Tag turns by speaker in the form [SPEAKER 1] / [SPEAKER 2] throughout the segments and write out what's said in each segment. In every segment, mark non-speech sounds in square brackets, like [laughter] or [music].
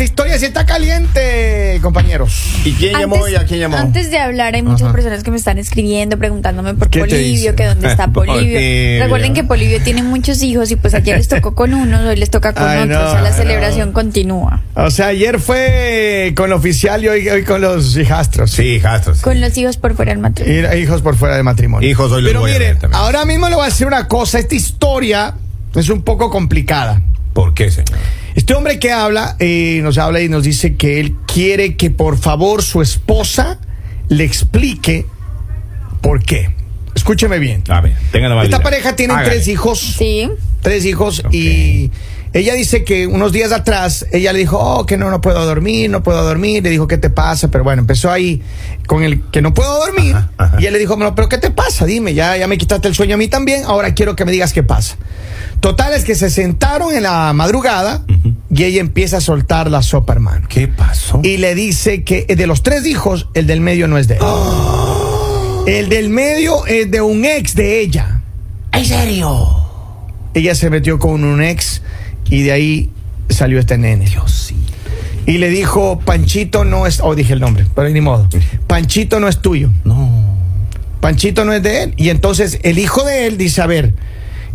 [SPEAKER 1] historia sí está caliente, compañeros.
[SPEAKER 2] ¿Y quién llamó
[SPEAKER 3] Antes-
[SPEAKER 2] y a quién llamó?
[SPEAKER 3] Antes de hablar, hay muchas
[SPEAKER 1] Ajá.
[SPEAKER 3] personas que me están escribiendo preguntándome por
[SPEAKER 1] ¿Qué te dice?
[SPEAKER 3] Polivio, que dónde
[SPEAKER 1] [laughs]
[SPEAKER 3] está Polivio.
[SPEAKER 2] Polivio.
[SPEAKER 3] Recuerden que Polivio tiene muchos hijos y pues ayer les tocó con unos, hoy les toca con
[SPEAKER 1] Ay,
[SPEAKER 3] otros.
[SPEAKER 1] no,
[SPEAKER 3] o sea, la
[SPEAKER 1] no.
[SPEAKER 3] celebración continúa.
[SPEAKER 1] O sea, ayer fue con lo oficial y hoy, hoy con los hijastros.
[SPEAKER 2] Sí, Castro. sí.
[SPEAKER 3] Con los hijos por fuera del matrimonio.
[SPEAKER 1] Ir- Hijos por fuera de matrimonio.
[SPEAKER 2] Hijos hoy los
[SPEAKER 1] Pero
[SPEAKER 2] voy a
[SPEAKER 1] miren,
[SPEAKER 2] ver también.
[SPEAKER 1] ahora mismo le voy a decir una cosa. Esta historia es un poco complicada.
[SPEAKER 2] ¿Por qué, señor?
[SPEAKER 1] Este hombre que habla, eh, nos habla y nos dice que él quiere que por favor su esposa le explique por qué. Escúcheme bien.
[SPEAKER 2] A ver, tenga la
[SPEAKER 1] Esta
[SPEAKER 2] validez.
[SPEAKER 1] pareja tiene
[SPEAKER 2] Ah, Hágale.
[SPEAKER 1] tres hijos.
[SPEAKER 3] Sí.
[SPEAKER 1] Tres hijos
[SPEAKER 2] Ok.
[SPEAKER 1] y ella dice que unos días atrás ella le dijo, oh, que no, no puedo dormir, no puedo dormir. Le dijo, ¿qué te pasa? Pero bueno, empezó ahí con el que no puedo dormir.
[SPEAKER 2] Ajá, ajá.
[SPEAKER 1] Y él le dijo, bueno, pero ¿qué te pasa? Dime, ya, ya me quitaste el sueño a mí también, ahora quiero que me digas qué pasa. Total es que se sentaron en la madrugada y ella empieza a soltar la sopa, hermano.
[SPEAKER 2] ¿Qué pasó?
[SPEAKER 1] Y le dice que eh, de los tres hijos, el del medio no es de él.
[SPEAKER 2] [gasps]
[SPEAKER 1] El del medio es de un ex de ella
[SPEAKER 2] ¿En serio?
[SPEAKER 1] ella se metió con un ex y de ahí salió este nene. Y le dijo, Panchito no es, oh, dije el nombre, pero ni modo. Panchito no es tuyo,
[SPEAKER 2] No.
[SPEAKER 1] Panchito no es de él. Y entonces el hijo de él dice, a ver,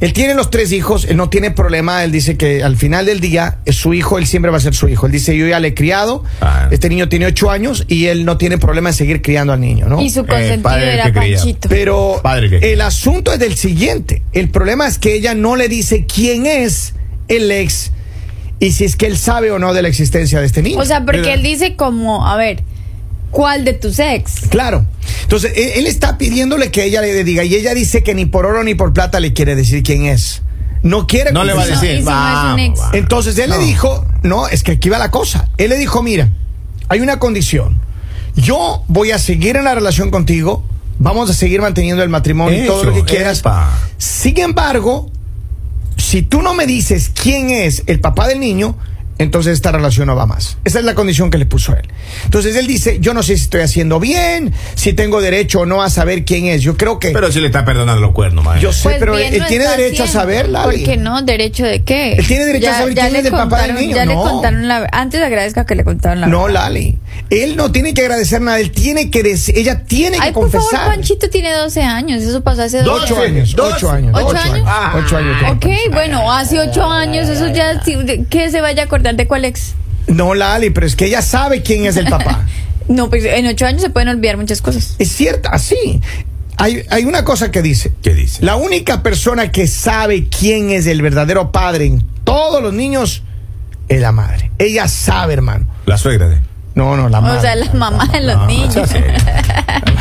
[SPEAKER 1] él tiene los tres hijos, él no tiene problema, él dice que al final del día es su hijo, él siempre va a ser su hijo. Él dice, yo ya le he criado,
[SPEAKER 2] Ah.
[SPEAKER 1] este niño tiene ocho años y él no tiene problema en seguir criando al niño, ¿no?
[SPEAKER 3] Y su
[SPEAKER 2] Eh,
[SPEAKER 3] consentido
[SPEAKER 2] padre
[SPEAKER 3] era
[SPEAKER 2] que cría.
[SPEAKER 3] Panchito.
[SPEAKER 1] Pero
[SPEAKER 2] Padre que-
[SPEAKER 1] el asunto es del siguiente. El problema es que ella no le dice quién es el ex y si es que él sabe o no de la existencia de este niño.
[SPEAKER 3] O sea, porque
[SPEAKER 2] Mira.
[SPEAKER 3] él dice como, a ver, ¿cuál de tus ex?
[SPEAKER 1] Claro. Entonces, e-, él, él está pidiéndole que ella le diga y ella dice que ni por oro ni por plata le quiere decir quién es. No quiere
[SPEAKER 2] No le va a
[SPEAKER 3] Y si no-
[SPEAKER 2] decir.
[SPEAKER 3] y si no es un
[SPEAKER 2] Vamos,
[SPEAKER 3] ex.
[SPEAKER 2] vamos.
[SPEAKER 1] Entonces él
[SPEAKER 2] No.
[SPEAKER 1] le dijo, no, es que aquí va la cosa. Él le dijo, mira, hay una condición. Yo voy a seguir en la relación contigo, vamos a seguir manteniendo el matrimonio y todo lo que
[SPEAKER 2] Eso,
[SPEAKER 1] quieras.
[SPEAKER 2] epa.
[SPEAKER 1] Sin embargo, si tú no me dices quién es el papá del niño, entonces esta relación no va más. Esa es la condición que le puso él. Entonces él dice, yo no sé si estoy haciendo bien, si tengo derecho o no a saber quién es. Yo creo que...
[SPEAKER 2] Pero sí le está perdonando los cuernos, madre.
[SPEAKER 1] yo sé,
[SPEAKER 3] Pues
[SPEAKER 1] pero
[SPEAKER 3] bien
[SPEAKER 1] él
[SPEAKER 3] lo
[SPEAKER 1] tiene
[SPEAKER 3] está
[SPEAKER 1] derecho
[SPEAKER 3] haciendo,
[SPEAKER 1] a saber, Lali.
[SPEAKER 3] ¿Por qué no? ¿Derecho de qué?
[SPEAKER 1] Él tiene derecho a saber quién
[SPEAKER 3] le
[SPEAKER 1] es el papá del
[SPEAKER 3] contaron-
[SPEAKER 1] niño,
[SPEAKER 3] Ya le
[SPEAKER 1] no.
[SPEAKER 3] contaron la Antes agradezca que le contaron la
[SPEAKER 1] No, Lali. Él no tiene que agradecer nada. Él tiene que decir, ella tiene que
[SPEAKER 3] Ay, por
[SPEAKER 1] confesar.
[SPEAKER 3] favor, Panchito tiene 12 años. Eso pasó hace dos
[SPEAKER 1] Ocho años,
[SPEAKER 2] Doce.
[SPEAKER 1] ocho años,
[SPEAKER 3] ¿Ocho
[SPEAKER 1] ocho
[SPEAKER 3] años?
[SPEAKER 1] años,
[SPEAKER 2] Ah.
[SPEAKER 1] ocho años. tiene
[SPEAKER 3] Ok,
[SPEAKER 1] Panchito.
[SPEAKER 3] bueno, hace ocho años, eso ya, sí, de- ¿qué se vaya a acordar de cuál ex?
[SPEAKER 1] No, Lali, pero es que ella sabe quién
[SPEAKER 3] [laughs]
[SPEAKER 1] es el papá.
[SPEAKER 3] No, pues en ocho años se pueden olvidar muchas cosas.
[SPEAKER 1] es cierto, así. Hay, hay una cosa que dice.
[SPEAKER 2] ¿Qué dice?
[SPEAKER 1] La única persona que sabe quién es el verdadero padre en todos los niños es la madre. Ella sabe, hermano.
[SPEAKER 2] La suegra de.
[SPEAKER 1] No, no, la madre.
[SPEAKER 3] O sea, la mamá de los
[SPEAKER 2] No,
[SPEAKER 3] niños.
[SPEAKER 2] sí, sí.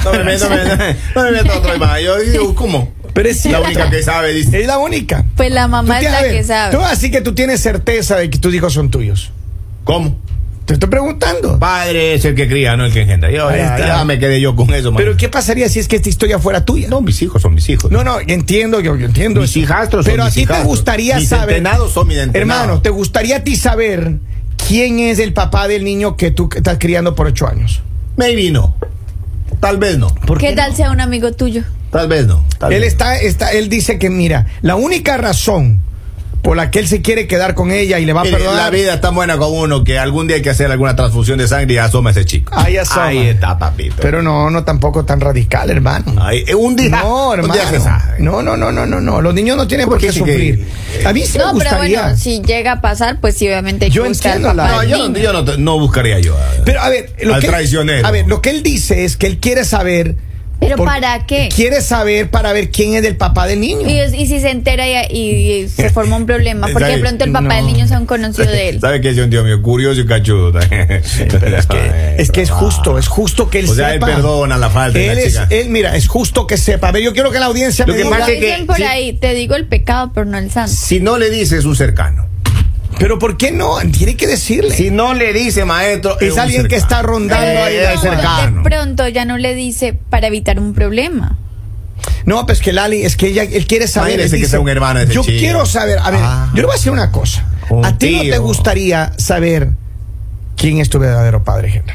[SPEAKER 2] No me meto, no me meto, no me meto otro más. Yo digo, ¿cómo?
[SPEAKER 1] Pero es
[SPEAKER 2] La
[SPEAKER 1] cierto.
[SPEAKER 3] [laughs]
[SPEAKER 2] única que sabe, dice.
[SPEAKER 1] Es la única.
[SPEAKER 3] Pues la
[SPEAKER 1] Tú
[SPEAKER 3] mamá es
[SPEAKER 1] tienes- a
[SPEAKER 3] la
[SPEAKER 1] ver,
[SPEAKER 3] que sabe.
[SPEAKER 1] tú así que tú tienes certeza de que tus hijos son tuyos.
[SPEAKER 2] ¿Cómo?
[SPEAKER 1] Te estoy preguntando.
[SPEAKER 2] Padre es el que cría, no el que engendra. Yo,
[SPEAKER 1] Ahí
[SPEAKER 2] ya,
[SPEAKER 1] está.
[SPEAKER 2] ya me quedé yo con eso, madre.
[SPEAKER 1] Pero ¿qué pasaría si es que esta historia fuera tuya?
[SPEAKER 2] No, mis hijos son mis hijos.
[SPEAKER 1] No, no, entiendo, yo, yo entiendo.
[SPEAKER 2] Mis
[SPEAKER 1] eso.
[SPEAKER 2] hijastros son
[SPEAKER 1] Pero a
[SPEAKER 2] mis
[SPEAKER 1] ti te
[SPEAKER 2] hijastros.
[SPEAKER 1] gustaría
[SPEAKER 2] Mis
[SPEAKER 1] saber.
[SPEAKER 2] entenados son mis entenados.
[SPEAKER 1] Hermano, ¿te gustaría a ti saber quién es el papá del niño que tú estás criando por ocho años?
[SPEAKER 2] Maybe no. Tal vez no.
[SPEAKER 3] ¿Qué tal sea un amigo tuyo?
[SPEAKER 2] Tal vez no. Tal
[SPEAKER 1] Él
[SPEAKER 2] vez no.
[SPEAKER 1] está, está, él dice que mira, la única razón por la que él se quiere quedar con ella y le va a
[SPEAKER 2] Mire,
[SPEAKER 1] perdonar.
[SPEAKER 2] Eh, la vida es tan buena con uno que algún día hay que hacer alguna transfusión de sangre y asoma ese chico.
[SPEAKER 1] Ahí asoma.
[SPEAKER 2] Ahí está, papito.
[SPEAKER 1] Pero no, no tampoco tan radical, hermano.
[SPEAKER 2] Ahí- eh, un día.
[SPEAKER 1] No,
[SPEAKER 2] [laughs] un día
[SPEAKER 1] hermano.
[SPEAKER 2] se sabe.
[SPEAKER 1] No, no, no, no, no, no. Los niños no tienen por
[SPEAKER 2] Porque
[SPEAKER 1] qué
[SPEAKER 2] sí que-
[SPEAKER 1] sufrir. A mí sí me
[SPEAKER 3] No, pero
[SPEAKER 1] gustaría.
[SPEAKER 3] bueno, si llega a pasar, pues sí, obviamente hay que
[SPEAKER 1] Yo
[SPEAKER 3] buscar al
[SPEAKER 1] entiendo la-
[SPEAKER 3] papá
[SPEAKER 2] No,
[SPEAKER 3] del
[SPEAKER 2] yo, no,
[SPEAKER 3] niño.
[SPEAKER 2] yo no, no buscaría yo. a-
[SPEAKER 1] Pero a ver, lo
[SPEAKER 2] Al
[SPEAKER 1] que él-
[SPEAKER 2] traicionero.
[SPEAKER 1] a ver, lo que él dice es que él quiere saber.
[SPEAKER 3] ¿Pero para qué?
[SPEAKER 1] Quiere saber para ver quién es el papá del niño.
[SPEAKER 3] Y, es- y si se entera y, y- y se forma
[SPEAKER 1] [laughs]
[SPEAKER 3] un problema, porque de
[SPEAKER 2] ¿Sabe?
[SPEAKER 3] pronto el papá del
[SPEAKER 1] No.
[SPEAKER 3] niño es un conocido de él.
[SPEAKER 2] ¿Sabe qué es un tío mío? Curioso y cachudo. [laughs]
[SPEAKER 1] Pero es que, es que es justo, es justo que él
[SPEAKER 2] O sea, él
[SPEAKER 1] sepa.
[SPEAKER 2] perdona la falta de
[SPEAKER 1] Él
[SPEAKER 2] la
[SPEAKER 1] es-
[SPEAKER 2] chica.
[SPEAKER 1] él, mira, es justo que sepa. A ver, yo quiero que la audiencia
[SPEAKER 2] Lo
[SPEAKER 1] me
[SPEAKER 2] que
[SPEAKER 1] diga.
[SPEAKER 2] pasa es que-
[SPEAKER 3] Dicen por
[SPEAKER 2] sí.
[SPEAKER 3] ahí, te digo el pecado, pero no el santo.
[SPEAKER 2] Si no le dice, es un cercano.
[SPEAKER 1] Pero ¿por qué no? Tiene que decirle.
[SPEAKER 2] Si no le dice, maestro, es,
[SPEAKER 1] es
[SPEAKER 2] un
[SPEAKER 1] alguien que
[SPEAKER 2] cercano.
[SPEAKER 1] está rondando
[SPEAKER 3] Pero
[SPEAKER 1] ahí.
[SPEAKER 2] Eh,
[SPEAKER 1] la
[SPEAKER 2] es
[SPEAKER 1] zona.
[SPEAKER 2] cercano.
[SPEAKER 3] de pronto ya no le dice para evitar un problema.
[SPEAKER 1] No, pues que Lali, es que ella, él quiere saber.
[SPEAKER 2] Imagínese
[SPEAKER 1] él
[SPEAKER 2] que
[SPEAKER 1] dice,
[SPEAKER 2] sea un hermano de ese
[SPEAKER 1] Yo
[SPEAKER 2] chico".
[SPEAKER 1] quiero saber. A ver,
[SPEAKER 2] Ah.
[SPEAKER 1] yo le voy a decir una cosa.
[SPEAKER 2] Un
[SPEAKER 1] a ti no te
[SPEAKER 2] tío.
[SPEAKER 1] gustaría saber quién es tu verdadero padre, Henry.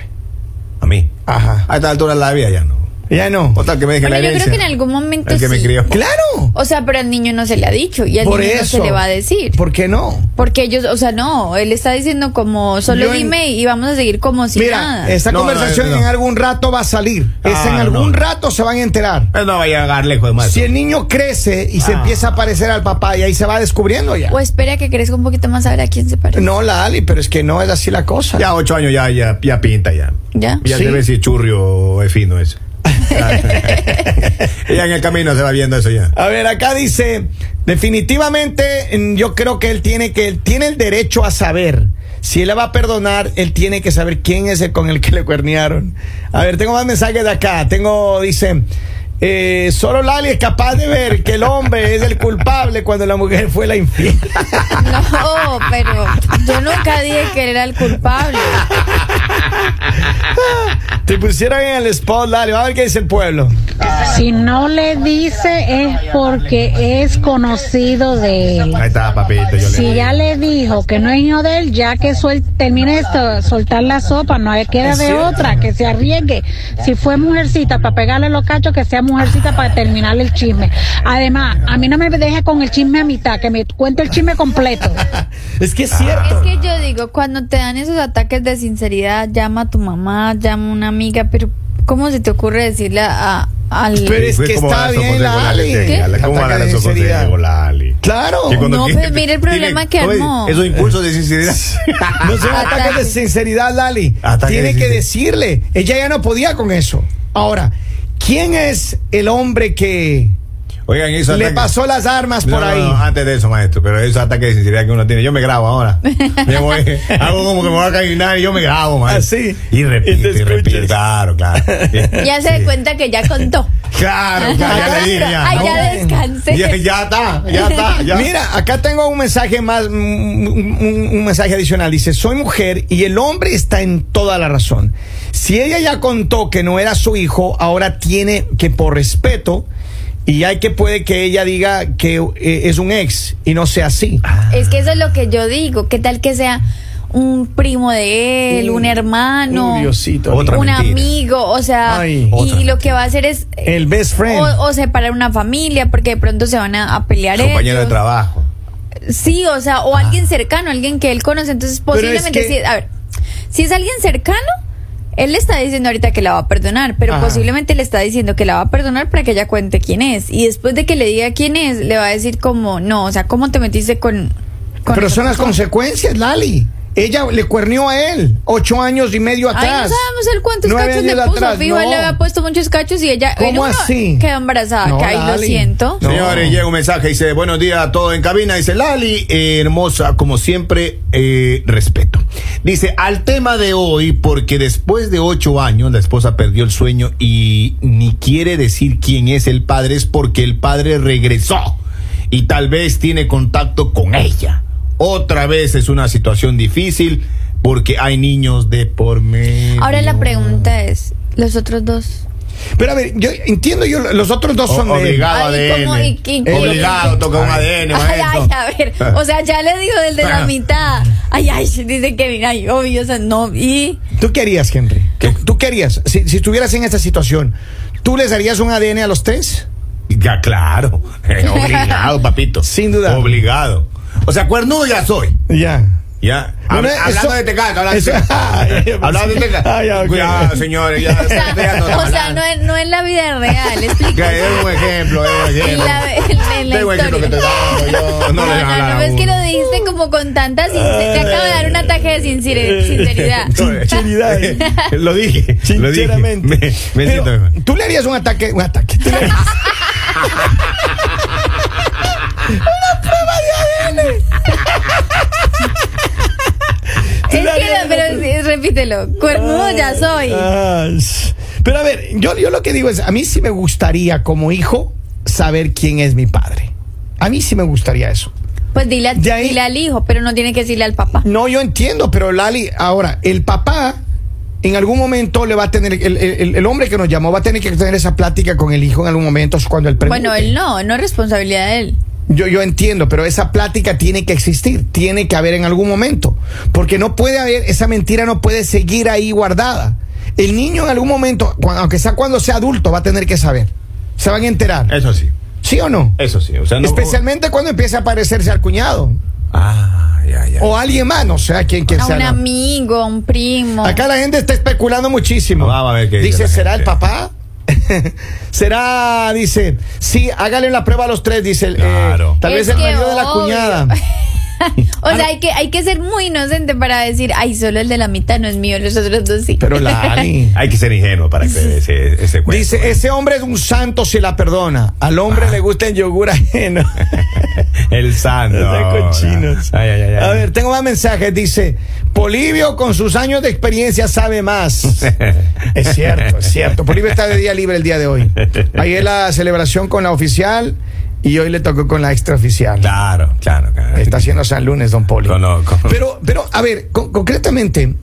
[SPEAKER 2] A mí.
[SPEAKER 1] Ajá.
[SPEAKER 2] A esta altura de la vida ya no.
[SPEAKER 1] Ya no.
[SPEAKER 2] O tal que me deje
[SPEAKER 3] Bueno,
[SPEAKER 2] la
[SPEAKER 3] yo creo
[SPEAKER 2] herencia.
[SPEAKER 3] que en algún momento
[SPEAKER 2] El que me
[SPEAKER 3] sí.
[SPEAKER 2] crió.
[SPEAKER 1] Claro.
[SPEAKER 3] O sea, pero al niño no se le ha dicho y al
[SPEAKER 1] Por
[SPEAKER 3] niño
[SPEAKER 1] eso.
[SPEAKER 3] no se le va a decir.
[SPEAKER 1] ¿Por qué no?
[SPEAKER 3] Porque ellos, o sea, no, él está diciendo como solo
[SPEAKER 1] Yo en-
[SPEAKER 3] dime y vamos a seguir como si
[SPEAKER 1] Mira,
[SPEAKER 3] nada.
[SPEAKER 1] esta
[SPEAKER 2] No, no,
[SPEAKER 1] conversación
[SPEAKER 2] no.
[SPEAKER 1] en algún rato va a salir. es
[SPEAKER 2] Ah,
[SPEAKER 1] en algún
[SPEAKER 2] no.
[SPEAKER 1] rato se van a enterar.
[SPEAKER 2] Pero no vaya a llegar lejos, maestro.
[SPEAKER 1] Si el niño crece y se
[SPEAKER 2] Ah.
[SPEAKER 1] empieza a parecer al papá y ahí se va descubriendo ya.
[SPEAKER 3] O espera que crezca un poquito más a ver a quién se parece.
[SPEAKER 1] No, la Ali, pero es que no es así la cosa.
[SPEAKER 2] Ya ocho años ya, ya, ya pinta ya.
[SPEAKER 3] ¿Ya?
[SPEAKER 2] Ya
[SPEAKER 1] Sí.
[SPEAKER 2] debe si es churrio o es
[SPEAKER 1] [laughs]
[SPEAKER 2] fino eso. ya en el camino se va viendo eso ya.
[SPEAKER 1] A ver, acá dice, definitivamente mm, yo creo que él tiene que él tiene el derecho a saber. Si él la va a perdonar, él tiene que saber quién es el con el que le cuernearon. A ver, tengo más mensajes de acá. Tengo, dice, eh, solo Lali es capaz de ver que el hombre es el culpable cuando la mujer fue la infiel. [laughs]
[SPEAKER 3] [laughs] No, pero yo nunca dije que él era el culpable.
[SPEAKER 1] Te pusieron en el spot, Lali. Vamos a ver qué dice el pueblo. [laughs]
[SPEAKER 4] Si no le dice es porque es conocido de él.
[SPEAKER 2] Ahí está, papito. Yo
[SPEAKER 4] Si
[SPEAKER 2] le...
[SPEAKER 4] ya le dijo que no es hijo de él, ya que suel- termine de so- soltar la sopa, no le queda de otra, que se arriesgue. Si fue mujercita para pegarle los cachos, que sea mujercita para terminar el chisme. Además, a mí no me deje con el chisme a mitad, que me cuente el chisme completo.
[SPEAKER 1] Es que es
[SPEAKER 3] Es
[SPEAKER 2] Ah.
[SPEAKER 1] cierto.
[SPEAKER 3] que yo digo, cuando te dan esos ataques de sinceridad, llama a tu mamá, llama a una amiga, pero ¿cómo se te ocurre decirle a, al...
[SPEAKER 1] Pero es
[SPEAKER 2] Fue
[SPEAKER 1] que
[SPEAKER 2] como
[SPEAKER 1] está
[SPEAKER 2] balazo
[SPEAKER 1] bien,
[SPEAKER 2] con
[SPEAKER 1] la
[SPEAKER 2] Lali,
[SPEAKER 1] Ali.
[SPEAKER 2] tenga, la- ¿Cómo
[SPEAKER 1] Ataque
[SPEAKER 2] van
[SPEAKER 1] de
[SPEAKER 2] a los ojos
[SPEAKER 1] sinceridad.
[SPEAKER 2] de Lali?
[SPEAKER 1] Claro.
[SPEAKER 2] Que cuando
[SPEAKER 3] No,
[SPEAKER 2] quiere-
[SPEAKER 3] pues, mire el problema
[SPEAKER 2] Dile,
[SPEAKER 3] que
[SPEAKER 2] oye,
[SPEAKER 3] armó.
[SPEAKER 2] Esos
[SPEAKER 1] [laughs]
[SPEAKER 2] impulsos de sinceridad.
[SPEAKER 1] No son
[SPEAKER 3] Ataque.
[SPEAKER 1] ataques de sinceridad, Lali.
[SPEAKER 2] Ataque
[SPEAKER 1] Tiene
[SPEAKER 2] de
[SPEAKER 1] que
[SPEAKER 2] sinceridad.
[SPEAKER 1] decirle. Ella ya no podía con eso. Ahora, ¿quién es el hombre que
[SPEAKER 2] Oigan, eso
[SPEAKER 1] le pasó las armas por ahí?
[SPEAKER 2] antes de eso, maestro, pero esos ataques de sinceridad que uno tiene, yo me
[SPEAKER 1] [laughs]
[SPEAKER 2] grabo ahora. Me voy, hago como que me voy a caminar y yo me grabo, maestro.
[SPEAKER 1] Así. Ah, Y
[SPEAKER 2] Y
[SPEAKER 1] te
[SPEAKER 2] repito, y,
[SPEAKER 1] escuchas.
[SPEAKER 2] repito. Claro, claro.
[SPEAKER 1] [laughs]
[SPEAKER 3] Ya se
[SPEAKER 2] Sí.
[SPEAKER 3] da cuenta que ya contó.
[SPEAKER 2] Claro, claro, ya le dije, ya.
[SPEAKER 3] Ay, ya
[SPEAKER 1] Hombre.
[SPEAKER 3] descansé.
[SPEAKER 2] Ya, ya está, ya
[SPEAKER 1] [laughs]
[SPEAKER 2] está. Ya.
[SPEAKER 1] Mira, acá tengo un mensaje más, un, un- un mensaje adicional. Dice, soy mujer y el hombre está en toda la razón. Si ella ya contó que no era su hijo, ahora tiene que por respeto y hay que puede que ella diga que eh, es un ex y no sea así.
[SPEAKER 3] Es que eso es lo que yo digo. ¿Qué tal que sea un primo de él, un hermano,
[SPEAKER 1] Uh, Diosito.
[SPEAKER 2] Otra
[SPEAKER 3] un
[SPEAKER 2] mentira.
[SPEAKER 3] amigo? O sea,
[SPEAKER 1] Ay,
[SPEAKER 2] otra
[SPEAKER 3] y lo que va a hacer es eh,
[SPEAKER 1] El best friend.
[SPEAKER 3] o, o separar una familia porque de pronto se van a, a pelear.
[SPEAKER 2] Compañero de
[SPEAKER 3] ellos.
[SPEAKER 2] trabajo.
[SPEAKER 3] Sí, o sea, o alguien cercano, alguien que él conoce. Entonces,
[SPEAKER 1] Ah. Pero es
[SPEAKER 3] posiblemente,
[SPEAKER 1] que-
[SPEAKER 3] si- a ver, si es alguien cercano, él le está diciendo ahorita que la va a perdonar, pero
[SPEAKER 1] Ajá.
[SPEAKER 3] posiblemente le está diciendo que la va a perdonar para que ella cuente quién es. Y después de que le diga quién es, le va a decir como, no, o sea, ¿cómo te metiste con... con
[SPEAKER 1] Pero
[SPEAKER 3] esa
[SPEAKER 1] son las
[SPEAKER 3] persona?
[SPEAKER 1] consecuencias, Lali. Ella le cuernió a él ocho años y medio
[SPEAKER 3] Ay, no
[SPEAKER 1] atrás.
[SPEAKER 3] sabemos él cuántos
[SPEAKER 1] Nueve
[SPEAKER 3] cachos le
[SPEAKER 1] años
[SPEAKER 3] puso.
[SPEAKER 1] atrás,
[SPEAKER 3] Fijo, él
[SPEAKER 1] no.
[SPEAKER 3] le había puesto muchos cachos y ella en
[SPEAKER 1] ¿Cómo
[SPEAKER 3] uno
[SPEAKER 1] así?
[SPEAKER 3] quedó embarazada.
[SPEAKER 1] No,
[SPEAKER 3] que ahí lo
[SPEAKER 1] Lali.
[SPEAKER 3] siento.
[SPEAKER 1] No.
[SPEAKER 2] Señores, llega un mensaje, dice, buenos días a todos en cabina. Dice, Lali, eh, hermosa, como siempre, eh, respeto. Dice, al tema de hoy, porque después de ocho años la esposa perdió el sueño y ni quiere decir quién es el padre, es porque el padre regresó y tal vez tiene contacto con ella. Otra vez es una situación difícil porque hay niños de por medio.
[SPEAKER 3] Ahora la pregunta es, ¿los otros dos?
[SPEAKER 1] Pero a ver, yo entiendo, yo los otros dos
[SPEAKER 2] O-
[SPEAKER 1] son de él.
[SPEAKER 2] obligado
[SPEAKER 3] Ay,
[SPEAKER 2] ADN.
[SPEAKER 3] ¿cómo? ¿Y qué- qué-
[SPEAKER 2] obligado, toca un ADN.
[SPEAKER 3] [laughs] Ay, ay,
[SPEAKER 2] maestro.
[SPEAKER 3] a ver. O sea, ya le digo desde la mitad. Ay, ay, dice que mira, ay, obvio, o sea, no. Y
[SPEAKER 1] ¿Tú qué harías, Henry? ¿Tú, tú qué harías? Si, si estuvieras en esta situación, ¿tú les harías un ADN a los tres?
[SPEAKER 2] Ya, claro. [laughs] Eh,
[SPEAKER 1] [laughs]
[SPEAKER 2] Obligado, papito.
[SPEAKER 1] Sin duda.
[SPEAKER 2] Obligado. O sea, cuernudo ya soy.
[SPEAKER 1] Ya.
[SPEAKER 2] Ya. Hab-
[SPEAKER 1] Bueno,
[SPEAKER 2] hablando
[SPEAKER 1] eso-
[SPEAKER 2] de Tecato, hablando
[SPEAKER 1] eso-
[SPEAKER 2] de
[SPEAKER 1] [laughs]
[SPEAKER 2] Tecato. Hablando de Tecato.
[SPEAKER 1] Ah, ya, ok.
[SPEAKER 2] Cuidado, señores. Ya,
[SPEAKER 3] [laughs] o sea,
[SPEAKER 2] ya Eh, no está
[SPEAKER 3] o sea,
[SPEAKER 2] hablando.
[SPEAKER 3] no, es, no es la vida real,
[SPEAKER 2] [laughs] Que
[SPEAKER 3] explica.
[SPEAKER 2] es un
[SPEAKER 3] [laughs]
[SPEAKER 2] ejemplo, es un
[SPEAKER 3] En
[SPEAKER 2] ejemplo.
[SPEAKER 3] la, en, en la
[SPEAKER 2] Tengo un ejemplo que te
[SPEAKER 3] historia.
[SPEAKER 2] dando, yo
[SPEAKER 3] [laughs]
[SPEAKER 2] no
[SPEAKER 3] No,
[SPEAKER 2] le voy a
[SPEAKER 3] no,
[SPEAKER 2] hablar
[SPEAKER 3] no,
[SPEAKER 2] a
[SPEAKER 3] es que
[SPEAKER 2] uno. [laughs]
[SPEAKER 3] lo dijiste como con tanta sinceridad. Te acabo de dar un ataque de sinceri- sinceridad.
[SPEAKER 1] Sinceridad.
[SPEAKER 2] [laughs] lo dije, lo dije.
[SPEAKER 1] Sinceramente.
[SPEAKER 2] Me, me
[SPEAKER 1] Pero,
[SPEAKER 2] siento
[SPEAKER 1] ¿Tú le harías un ataque? Un ataque. ¿Tú le
[SPEAKER 2] [laughs]
[SPEAKER 1] harías-
[SPEAKER 3] Es que, no, pero sí, repítelo. Cuernudo ya soy.
[SPEAKER 1] Ah, s- Pero a ver, yo, yo lo que digo es, a mí sí me gustaría como hijo saber quién es mi padre. A mí sí me gustaría eso.
[SPEAKER 3] Pues dile, a-
[SPEAKER 1] De ahí-
[SPEAKER 3] dile al hijo, pero no tiene que decirle al papá.
[SPEAKER 1] No, yo entiendo, pero Lali, ahora, el papá en algún momento le va a tener, el, el- el hombre que nos llamó va a tener que tener esa plática con el hijo en algún momento cuando él pregunte.
[SPEAKER 3] Bueno, él no, no es responsabilidad de él.
[SPEAKER 1] Yo, yo entiendo, pero esa plática tiene que existir, tiene que haber en algún momento, porque no puede haber, esa mentira no puede seguir ahí guardada. El niño en algún momento, cu- aunque sea cuando sea adulto, va a tener que saber. Se van a enterar.
[SPEAKER 2] Eso sí,
[SPEAKER 1] ¿Sí o no?
[SPEAKER 2] eso sí. O sea, Eh, no-
[SPEAKER 1] Especialmente cuando empiece a parecerse al cuñado.
[SPEAKER 2] Ah, ya, ya.
[SPEAKER 1] O a alguien más, no sé a quién quien
[SPEAKER 3] A
[SPEAKER 1] sea.
[SPEAKER 3] un
[SPEAKER 1] no.
[SPEAKER 3] amigo, a un primo.
[SPEAKER 1] Acá la gente está especulando muchísimo.
[SPEAKER 2] Vamos Ah, a ver qué dice
[SPEAKER 1] Dice,
[SPEAKER 2] la
[SPEAKER 1] ¿será
[SPEAKER 2] gente.
[SPEAKER 1] el papá? [laughs] ¿Será? Dice, sí, hágale la prueba a los tres, dice el. eh,
[SPEAKER 2] Claro.
[SPEAKER 1] tal vez
[SPEAKER 3] Es
[SPEAKER 1] el
[SPEAKER 3] que
[SPEAKER 1] marido de la
[SPEAKER 3] obvio. [laughs]
[SPEAKER 1] cuñada.
[SPEAKER 3] o sea, hay que, hay que ser muy inocente para decir, ay, solo el de la mitad no es mío, los otros dos sí.
[SPEAKER 1] Pero
[SPEAKER 3] [laughs]
[SPEAKER 1] Lali.
[SPEAKER 2] Hay que ser ingenuo para creer ese, ese cuento.
[SPEAKER 1] Dice, ese hombre es un santo si la perdona. Al hombre le gusta el yogur ajeno.
[SPEAKER 2] [laughs] El santo.
[SPEAKER 1] Los de cochinos.
[SPEAKER 2] Ay, ay, ay, ay.
[SPEAKER 1] A ver, tengo más mensajes. Dice, Polivio con sus años de experiencia sabe más. es cierto, es cierto. Polivio está de día libre el día de hoy. Ayer la celebración con la oficial y hoy le tocó con la extraoficial.
[SPEAKER 2] Claro, claro, claro.
[SPEAKER 1] Está haciendo San Lunes, don Poli.
[SPEAKER 2] Con lo- con-
[SPEAKER 1] Pero, pero, a ver, con- concretamente,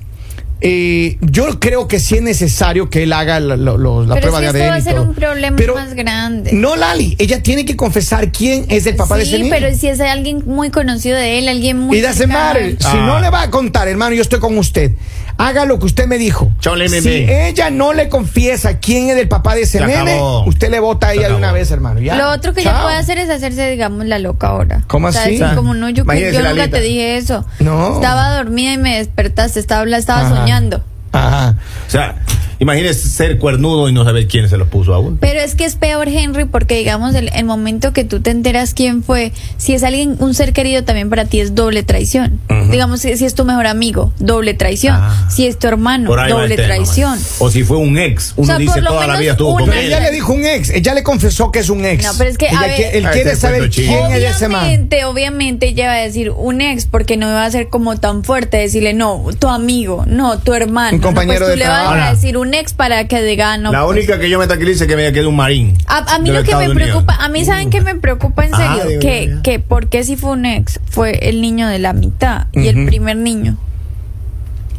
[SPEAKER 1] eh, yo creo que sí es necesario que él haga la, lo- lo- la
[SPEAKER 3] Pero
[SPEAKER 1] prueba
[SPEAKER 3] es que
[SPEAKER 1] de
[SPEAKER 3] esto
[SPEAKER 1] ADN.
[SPEAKER 3] va a
[SPEAKER 1] y
[SPEAKER 3] ser
[SPEAKER 1] todo.
[SPEAKER 3] un problema
[SPEAKER 1] Pero-
[SPEAKER 3] más grande.
[SPEAKER 1] No, Lali, ella tiene que confesar quién es el papá de ese
[SPEAKER 3] sí,
[SPEAKER 1] niño.
[SPEAKER 3] pero si es alguien muy conocido de él, alguien muy.
[SPEAKER 1] y de eh, ese
[SPEAKER 3] cercano.
[SPEAKER 1] madre, si
[SPEAKER 2] Ah.
[SPEAKER 1] no le va a contar, hermano, yo estoy con usted. Haga lo que usted me dijo.
[SPEAKER 2] Chole,
[SPEAKER 1] si
[SPEAKER 2] meme.
[SPEAKER 1] ella no le confiesa quién es el papá de ese
[SPEAKER 2] Se
[SPEAKER 1] nene,
[SPEAKER 2] acabó.
[SPEAKER 1] usted le vota a
[SPEAKER 2] Se
[SPEAKER 1] ella de una
[SPEAKER 2] acabó.
[SPEAKER 1] vez, hermano. ya.
[SPEAKER 3] Lo otro que
[SPEAKER 1] Chao.
[SPEAKER 3] ella puede hacer es hacerse, digamos, la loca ahora.
[SPEAKER 1] ¿Cómo
[SPEAKER 3] O sea,
[SPEAKER 1] así?
[SPEAKER 3] decir como no, yo, yo
[SPEAKER 2] Imagínese,
[SPEAKER 3] nunca
[SPEAKER 2] Lalita.
[SPEAKER 3] te dije eso.
[SPEAKER 1] No.
[SPEAKER 3] Estaba dormida y me despertaste, estaba, la estaba
[SPEAKER 1] Ajá.
[SPEAKER 3] soñando.
[SPEAKER 1] Ajá.
[SPEAKER 2] O sea, imagínese ser cuernudo y no saber quién se los puso a uno.
[SPEAKER 3] Pero es que es peor, Henry, porque digamos, el, el momento que tú te enteras quién fue, si es alguien, un ser querido también para ti es doble traición.
[SPEAKER 2] Ujú.
[SPEAKER 3] Digamos, si, si es tu mejor amigo, doble traición.
[SPEAKER 2] Ah.
[SPEAKER 3] Si es tu hermano,
[SPEAKER 2] Por ahí va el
[SPEAKER 3] doble
[SPEAKER 2] tema, man.
[SPEAKER 3] traición.
[SPEAKER 2] O si fue un ex, uno
[SPEAKER 3] sea, por
[SPEAKER 2] dice
[SPEAKER 3] lo
[SPEAKER 2] toda la
[SPEAKER 3] menos
[SPEAKER 2] vida estuvo con
[SPEAKER 3] una-
[SPEAKER 1] Pero ella
[SPEAKER 2] él.
[SPEAKER 1] le dijo un ex, ella le confesó que es un ex.
[SPEAKER 3] No, pero es que, a
[SPEAKER 1] Ella
[SPEAKER 3] ver-
[SPEAKER 1] qui- él
[SPEAKER 2] Ah,
[SPEAKER 1] quiere
[SPEAKER 2] este
[SPEAKER 1] saber
[SPEAKER 2] cuento
[SPEAKER 1] quién
[SPEAKER 2] chino.
[SPEAKER 1] es ese man.
[SPEAKER 3] Obviamente, obviamente ella va a decir un ex porque no va a ser como tan fuerte decirle no, tu amigo, no, tu hermano.
[SPEAKER 1] Un
[SPEAKER 3] No,
[SPEAKER 1] compañero
[SPEAKER 3] pues, tú
[SPEAKER 1] de
[SPEAKER 3] le
[SPEAKER 1] trabajo.
[SPEAKER 3] vas
[SPEAKER 2] Ahora.
[SPEAKER 3] a decir un ex para que diga no.
[SPEAKER 2] La
[SPEAKER 3] pues,
[SPEAKER 2] única que yo me tranquilice es que me quede un marín.
[SPEAKER 3] A, a mí
[SPEAKER 2] de
[SPEAKER 3] lo
[SPEAKER 2] los
[SPEAKER 3] que me
[SPEAKER 2] Estados Unidos.
[SPEAKER 3] preocupa, a mí saben que me preocupa en
[SPEAKER 2] Ah,
[SPEAKER 3] serio,
[SPEAKER 2] Dios
[SPEAKER 3] que,
[SPEAKER 2] mío.
[SPEAKER 3] que porque si fue un ex, fue el niño de la mitad y
[SPEAKER 1] Ujú.
[SPEAKER 3] el primer niño.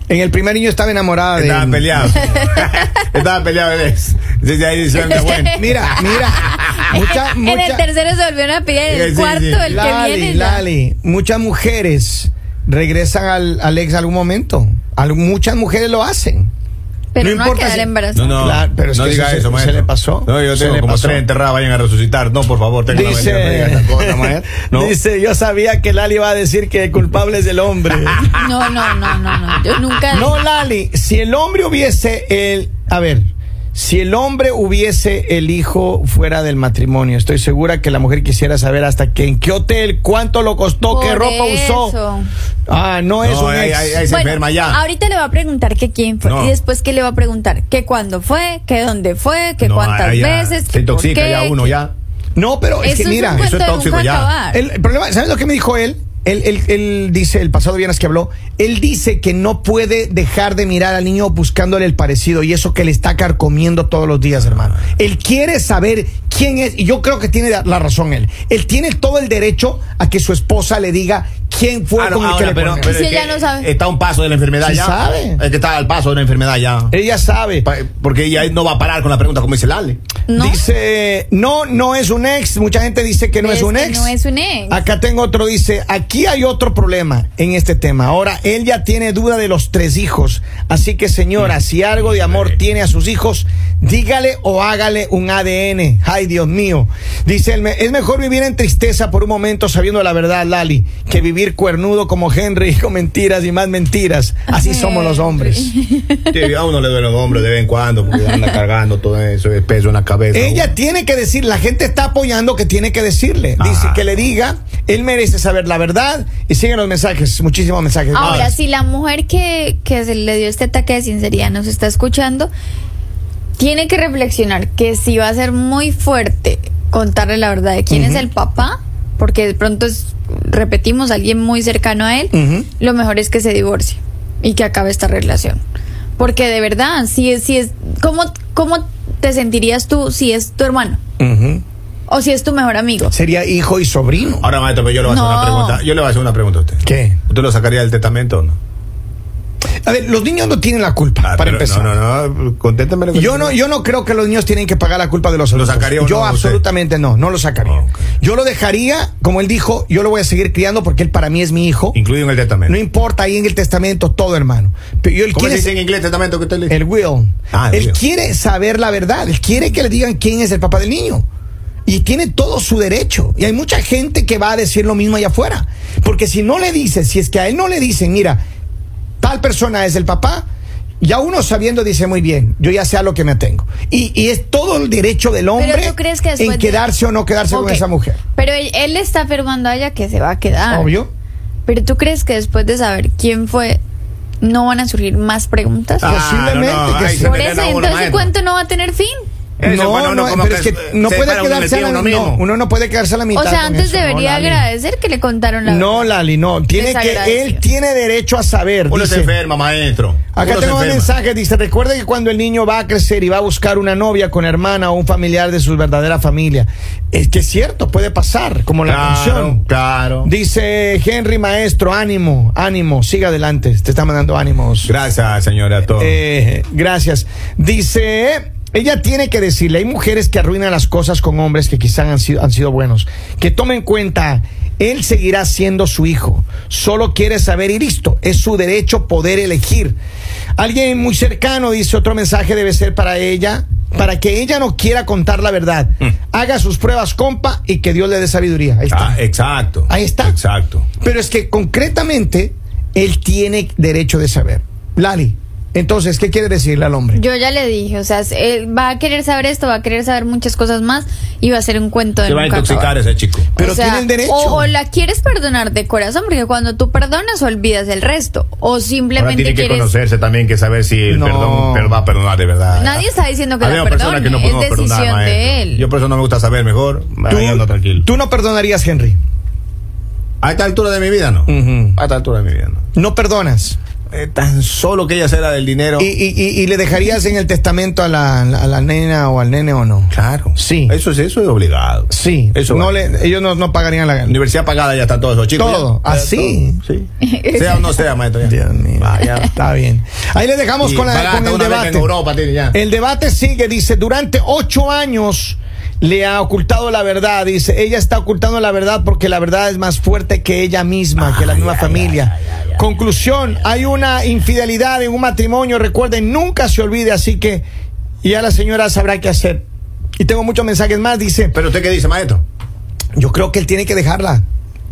[SPEAKER 1] En el primer niño estaba enamorada de
[SPEAKER 2] Estaba
[SPEAKER 3] [laughs]
[SPEAKER 2] peleado. Estaba peleado el ex. Desde ahí
[SPEAKER 3] [laughs]
[SPEAKER 2] dijeron que bueno.
[SPEAKER 1] Mira, mira. Mucha,
[SPEAKER 3] Ah, En el
[SPEAKER 1] mucha-
[SPEAKER 3] tercero se volvieron a pillar, en
[SPEAKER 2] Sí,
[SPEAKER 3] el
[SPEAKER 2] sí,
[SPEAKER 3] cuarto
[SPEAKER 2] sí.
[SPEAKER 3] el que
[SPEAKER 1] Lali,
[SPEAKER 3] viene. ya.
[SPEAKER 1] Lali, muchas mujeres regresan al, al ex algún momento. Al- muchas mujeres lo hacen.
[SPEAKER 3] Pero
[SPEAKER 1] no
[SPEAKER 3] no, a
[SPEAKER 1] importa
[SPEAKER 3] quedar
[SPEAKER 1] si-
[SPEAKER 2] No,
[SPEAKER 3] embarazada.
[SPEAKER 2] no,
[SPEAKER 1] Claro, pero es
[SPEAKER 2] no
[SPEAKER 1] que
[SPEAKER 2] diga
[SPEAKER 1] eso se-
[SPEAKER 2] eso,
[SPEAKER 1] se
[SPEAKER 2] maestro.
[SPEAKER 1] le pasó.
[SPEAKER 2] No, yo
[SPEAKER 1] Se
[SPEAKER 2] tengo
[SPEAKER 1] le
[SPEAKER 2] como
[SPEAKER 1] pasó.
[SPEAKER 2] tres enterradas, vayan a resucitar. No, por favor, tengo una mentira, no diga
[SPEAKER 1] Dice, [laughs]
[SPEAKER 2] esas cosas, maestro. No.
[SPEAKER 1] dice, yo sabía que Lali iba a decir que el culpable es el
[SPEAKER 3] [laughs]
[SPEAKER 1] hombre.
[SPEAKER 3] No, no, no, no, no. Yo nunca.
[SPEAKER 1] No, Lali, si el hombre hubiese el... A ver, si el hombre hubiese el hijo fuera del matrimonio, estoy segura que la mujer quisiera saber hasta que en qué hotel, cuánto lo costó, qué
[SPEAKER 3] Por
[SPEAKER 1] ropa usó.
[SPEAKER 3] eso.
[SPEAKER 1] Ah, no es
[SPEAKER 2] No,
[SPEAKER 1] un
[SPEAKER 2] ahí-
[SPEAKER 1] ex.
[SPEAKER 2] ahí- ahí se
[SPEAKER 3] Bueno,
[SPEAKER 2] enferma ya.
[SPEAKER 3] Ahorita le va a preguntar que quién fue.
[SPEAKER 2] No.
[SPEAKER 3] Y después que le va a preguntar que cuándo fue, que dónde fue, que
[SPEAKER 2] No,
[SPEAKER 3] cuántas
[SPEAKER 2] ahí ya
[SPEAKER 3] veces.
[SPEAKER 2] Se
[SPEAKER 3] que por
[SPEAKER 2] intoxica
[SPEAKER 3] qué,
[SPEAKER 2] ya uno,
[SPEAKER 3] que-
[SPEAKER 2] ya.
[SPEAKER 1] No, pero es
[SPEAKER 3] Eso
[SPEAKER 1] que mira,
[SPEAKER 3] un cuento
[SPEAKER 2] eso es
[SPEAKER 3] de
[SPEAKER 2] tóxico
[SPEAKER 3] nunca
[SPEAKER 2] ya.
[SPEAKER 3] acabar.
[SPEAKER 1] el, el problema, ¿sabes lo que me dijo él? Él, él- él dice, el pasado viernes que habló, él dice que no puede dejar de mirar al niño buscándole el parecido y eso que le está carcomiendo todos los días, hermano. Él quiere saber quién es, y yo creo que tiene la razón él. Él tiene todo el derecho a que su esposa le diga quién fue
[SPEAKER 2] Ah, no,
[SPEAKER 1] con el
[SPEAKER 2] ahora,
[SPEAKER 1] que le
[SPEAKER 2] pero-
[SPEAKER 1] pone.
[SPEAKER 2] pero
[SPEAKER 3] Si
[SPEAKER 2] es
[SPEAKER 3] ella
[SPEAKER 2] que
[SPEAKER 3] no sabe.
[SPEAKER 2] Está a un paso de la enfermedad
[SPEAKER 1] Sí
[SPEAKER 2] ya.
[SPEAKER 1] sabe. Eh.
[SPEAKER 2] Es que está al paso de la enfermedad ya.
[SPEAKER 1] Ella sabe.
[SPEAKER 2] Pa- Porque ella no va a parar con la pregunta, como
[SPEAKER 1] [laughs]
[SPEAKER 2] dice Lale.
[SPEAKER 3] ¿No?
[SPEAKER 1] Dice, no, no es un ex. Mucha gente dice que no
[SPEAKER 3] Pero
[SPEAKER 1] es,
[SPEAKER 3] es
[SPEAKER 1] un
[SPEAKER 3] que
[SPEAKER 1] ex.
[SPEAKER 3] no es un ex.
[SPEAKER 1] Acá tengo otro, dice, aquí hay otro problema en este tema. Ahora, él ya tiene duda de los tres hijos. Así que, señora,
[SPEAKER 2] Mm.
[SPEAKER 1] si algo de amor tiene a sus hijos, dígale o hágale un ADN. Ay, Dios mío. Dice, "El me- es mejor vivir en tristeza por un momento sabiendo la verdad, Lali, que vivir cuernudo como Henry [laughs] con mentiras y más mentiras. Así somos los hombres.
[SPEAKER 2] Sí, a uno le duele los hombros de vez en cuando porque anda cargando todo eso, el peso en la cabeza.
[SPEAKER 1] Ella tiene que decir, la gente está apoyando que tiene que decirle.
[SPEAKER 2] Ajá.
[SPEAKER 1] Dice que le diga, él merece saber la verdad. Y siguen los mensajes, muchísimos mensajes.
[SPEAKER 3] Ahora,
[SPEAKER 1] Ah,
[SPEAKER 3] si la mujer que, que se le dio este ataque de sinceridad nos está escuchando, tiene que reflexionar que si va a ser muy fuerte contarle la verdad de quién es el papá, porque de pronto es- repetimos alguien muy cercano a él,
[SPEAKER 1] Ujú.
[SPEAKER 3] lo mejor es que se divorcie y que acabe esta relación. Porque de verdad, si es, si es, ¿cómo, cómo te sentirías tú si es tu hermano?
[SPEAKER 1] ujú.
[SPEAKER 3] O si es tu mejor amigo.
[SPEAKER 1] Sería hijo y sobrino.
[SPEAKER 2] Ahora, maestro, pero yo le voy a hacer
[SPEAKER 3] No.
[SPEAKER 2] una pregunta. Yo le voy a hacer una pregunta a usted.
[SPEAKER 1] ¿Qué?
[SPEAKER 2] ¿Usted lo sacaría del testamento o no?
[SPEAKER 1] A ver, los niños no tienen la culpa,
[SPEAKER 2] Ah,
[SPEAKER 1] para
[SPEAKER 2] pero
[SPEAKER 1] empezar.
[SPEAKER 2] No, no, no, conténtame. lo que
[SPEAKER 1] Yo
[SPEAKER 2] te-
[SPEAKER 1] no, yo no creo que los niños tienen que pagar la culpa de los adultos.
[SPEAKER 2] sacaría o
[SPEAKER 1] yo
[SPEAKER 2] no, usted?
[SPEAKER 1] absolutamente no, no lo sacaría.
[SPEAKER 2] Ah, ok.
[SPEAKER 1] Yo lo dejaría, como él dijo, yo lo voy a seguir criando porque él para mí es mi hijo.
[SPEAKER 2] Incluido en el testamento.
[SPEAKER 1] No importa ahí en el testamento todo, hermano. Pero yo, él
[SPEAKER 2] ¿Cómo se
[SPEAKER 1] quiere
[SPEAKER 2] dice
[SPEAKER 1] ser-
[SPEAKER 2] en inglés testamento que usted le
[SPEAKER 1] el will.
[SPEAKER 2] Ah, el
[SPEAKER 1] él
[SPEAKER 2] will.
[SPEAKER 1] quiere saber la verdad. Él quiere que le digan quién es el papá del niño. Y tiene todo su derecho. Y hay mucha gente que va a decir lo mismo allá afuera. Porque si no le dices, si es que a él no le dicen, mira, tal persona es el papá, ya uno sabiendo dice muy bien, yo ya sé a lo que me atengo. Y, y es todo el derecho del hombre
[SPEAKER 3] Pero tú crees que después
[SPEAKER 1] en
[SPEAKER 3] de-
[SPEAKER 1] quedarse o no quedarse
[SPEAKER 3] Ok.
[SPEAKER 1] con esa mujer.
[SPEAKER 3] Pero él, él le está afirmando a ella que se va a quedar.
[SPEAKER 1] Obvio.
[SPEAKER 3] Pero tú crees que después de saber quién fue, no van a surgir más preguntas?
[SPEAKER 2] Ah,
[SPEAKER 1] posiblemente
[SPEAKER 2] no, no,
[SPEAKER 1] que
[SPEAKER 2] ahí
[SPEAKER 1] sí.
[SPEAKER 2] se
[SPEAKER 3] Por
[SPEAKER 2] envenena
[SPEAKER 3] eso,
[SPEAKER 2] uno,
[SPEAKER 3] entonces,
[SPEAKER 2] maestro.
[SPEAKER 3] ¿cuánto no va a tener fin?
[SPEAKER 2] Eso, cuando
[SPEAKER 1] No,
[SPEAKER 2] uno
[SPEAKER 1] no,
[SPEAKER 2] como
[SPEAKER 1] pero es que no
[SPEAKER 2] se
[SPEAKER 1] puede
[SPEAKER 2] para un
[SPEAKER 1] quedarse a la
[SPEAKER 2] metido uno
[SPEAKER 1] mitad.
[SPEAKER 2] mismo.
[SPEAKER 1] uno no puede quedarse a la mitad.
[SPEAKER 3] o sea,
[SPEAKER 1] con
[SPEAKER 3] antes
[SPEAKER 1] eso, no,
[SPEAKER 3] debería
[SPEAKER 1] Lali.
[SPEAKER 3] agradecer que le contaron la
[SPEAKER 1] No,
[SPEAKER 3] verdad.
[SPEAKER 1] Lali, no. Tiene que,
[SPEAKER 3] Desagradeció.
[SPEAKER 1] él tiene derecho a saber.
[SPEAKER 2] Uno
[SPEAKER 1] dice.
[SPEAKER 2] se enferma, maestro.
[SPEAKER 1] Acá
[SPEAKER 2] Uno se
[SPEAKER 1] tengo un
[SPEAKER 2] enferma.
[SPEAKER 1] mensaje, dice, recuerda que cuando el niño va a crecer y va a buscar una novia con hermana o un familiar de su verdadera familia, es que es cierto, puede pasar, como la
[SPEAKER 2] Claro,
[SPEAKER 1] canción.
[SPEAKER 2] claro.
[SPEAKER 1] Dice Henry Maestro, ánimo, ánimo, siga adelante, te está mandando ánimos.
[SPEAKER 2] Gracias, señora. a todos.
[SPEAKER 1] Eh, gracias. Dice, ella tiene que decirle, hay mujeres que arruinan las cosas con hombres que quizás han sido, han sido buenos. Que tome en cuenta, él seguirá siendo su hijo. Solo quiere saber y listo. Es su derecho poder elegir. Alguien muy cercano dice, otro mensaje debe ser para ella, para que ella no quiera contar la verdad.
[SPEAKER 2] Mm.
[SPEAKER 1] Haga sus pruebas, compa, y que Dios le dé sabiduría. Ahí está.
[SPEAKER 2] Ah, exacto.
[SPEAKER 1] Ahí está.
[SPEAKER 2] Exacto.
[SPEAKER 1] Pero es que concretamente él tiene derecho de saber. Lali, entonces, ¿qué quiere decirle al hombre?
[SPEAKER 3] Yo ya le dije, o sea, él va a querer saber esto, va a querer saber muchas cosas más y va a ser un cuento de
[SPEAKER 2] Se va a
[SPEAKER 3] nunca
[SPEAKER 2] intoxicar
[SPEAKER 3] acabar.
[SPEAKER 2] ese chico.
[SPEAKER 1] Pero
[SPEAKER 3] O sea,
[SPEAKER 1] tiene el derecho.
[SPEAKER 3] O, o la quieres perdonar de corazón, porque cuando tú perdonas olvidas el resto. O
[SPEAKER 2] Ahora
[SPEAKER 3] simplemente
[SPEAKER 2] tiene que
[SPEAKER 3] quieres.
[SPEAKER 2] conocerse también, que saber si el
[SPEAKER 1] No.
[SPEAKER 2] perdón pero va a perdonar de verdad.
[SPEAKER 3] Nadie está diciendo que la
[SPEAKER 2] Había personas
[SPEAKER 3] perdone,
[SPEAKER 2] que no
[SPEAKER 3] es
[SPEAKER 2] podemos perdonar,
[SPEAKER 3] decisión de
[SPEAKER 2] maestro.
[SPEAKER 3] él.
[SPEAKER 2] Yo por eso no me gusta saber mejor. Ahí ando tranquilo.
[SPEAKER 1] tú no perdonarías, Henry.
[SPEAKER 2] A esta altura de mi vida no.
[SPEAKER 1] Ujú.
[SPEAKER 2] A esta altura de mi vida no.
[SPEAKER 1] No perdonas.
[SPEAKER 2] Eh, tan solo que ella será del dinero.
[SPEAKER 1] ¿Y, y- y- y le dejarías en el testamento a la, a la nena o al nene o no?
[SPEAKER 2] Claro.
[SPEAKER 1] Sí.
[SPEAKER 2] Eso es, eso es obligado.
[SPEAKER 1] Sí.
[SPEAKER 2] Eso
[SPEAKER 1] no
[SPEAKER 2] vale.
[SPEAKER 1] le- ellos no, no pagarían la
[SPEAKER 2] Universidad pagada ya están todos esos chicos.
[SPEAKER 1] Todo.
[SPEAKER 2] ya. Ya,
[SPEAKER 1] Así.
[SPEAKER 2] todo,
[SPEAKER 3] [laughs]
[SPEAKER 2] Sí. Sea o no sea, maestro. Ah, ya.
[SPEAKER 1] Dios
[SPEAKER 2] [laughs]
[SPEAKER 1] mío.
[SPEAKER 2] Vaya.
[SPEAKER 1] Está bien. Ahí le dejamos
[SPEAKER 2] Y
[SPEAKER 1] con, la,
[SPEAKER 2] pagaste
[SPEAKER 1] con el
[SPEAKER 2] una beca
[SPEAKER 1] debate.
[SPEAKER 2] en Europa, tiene ya.
[SPEAKER 1] El debate sigue, dice, durante ocho años le ha ocultado la verdad, dice, ella está ocultando la verdad porque la verdad es más fuerte que ella misma, que la misma familia. Conclusión, hay una infidelidad en un matrimonio, recuerden, nunca se olvide, así que ya la señora sabrá qué hacer. Y tengo muchos mensajes más, dice,
[SPEAKER 2] Pero usted qué dice, maestro?
[SPEAKER 1] yo creo que él tiene que dejarla.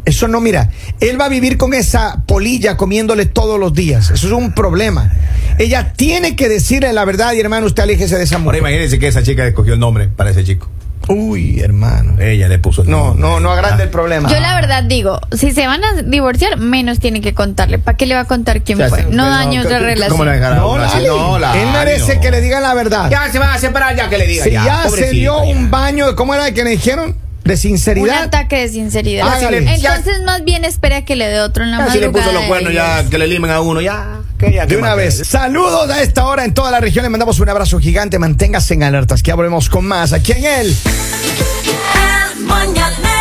[SPEAKER 1] Eso no, mira, él va a vivir con esa polilla comiéndole todos los días. Eso es un problema. Ella tiene que decirle la verdad y hermano, usted aléjese de esa
[SPEAKER 2] Ahora
[SPEAKER 1] mujer.
[SPEAKER 2] imagínense que esa chica escogió el nombre para ese chico.
[SPEAKER 1] Uy, hermano.
[SPEAKER 2] Ella le puso el
[SPEAKER 1] No,
[SPEAKER 2] nombre.
[SPEAKER 1] no, no agrande
[SPEAKER 2] Ah.
[SPEAKER 1] el problema.
[SPEAKER 3] Yo la verdad digo, si se van a divorciar, menos tiene que contarle. ¿Para qué le va a contar quién
[SPEAKER 2] O sea,
[SPEAKER 3] fue?
[SPEAKER 2] sí,
[SPEAKER 3] No
[SPEAKER 2] pero
[SPEAKER 3] dañe
[SPEAKER 2] ¿cómo
[SPEAKER 3] otra
[SPEAKER 2] la
[SPEAKER 3] relación.
[SPEAKER 2] dejará
[SPEAKER 1] No,
[SPEAKER 2] una así?
[SPEAKER 1] Lali.
[SPEAKER 2] No, Lali,
[SPEAKER 1] Él merece
[SPEAKER 2] no.
[SPEAKER 1] que le digan la verdad.
[SPEAKER 2] Ya se van a separar, ya que le diga.
[SPEAKER 1] si ya, se
[SPEAKER 2] pobrecito,
[SPEAKER 1] dio
[SPEAKER 2] ya.
[SPEAKER 1] un baño, de- ¿cómo era que le dijeron? De
[SPEAKER 3] Un
[SPEAKER 1] sinceridad.
[SPEAKER 3] ataque de sinceridad.
[SPEAKER 1] Ah, sí, le-
[SPEAKER 2] ya-
[SPEAKER 3] Entonces, más bien espera que le dé otro en la
[SPEAKER 2] Ya si le
[SPEAKER 3] madrugada
[SPEAKER 2] puso los
[SPEAKER 3] y
[SPEAKER 2] cuernos, ya que le limen a uno, ya. Que ya
[SPEAKER 1] De una vez. Saludos a esta hora en toda la región. Le mandamos un abrazo gigante. Manténgase en alertas. Que ya volvemos con más aquí en él.
[SPEAKER 5] El mañanero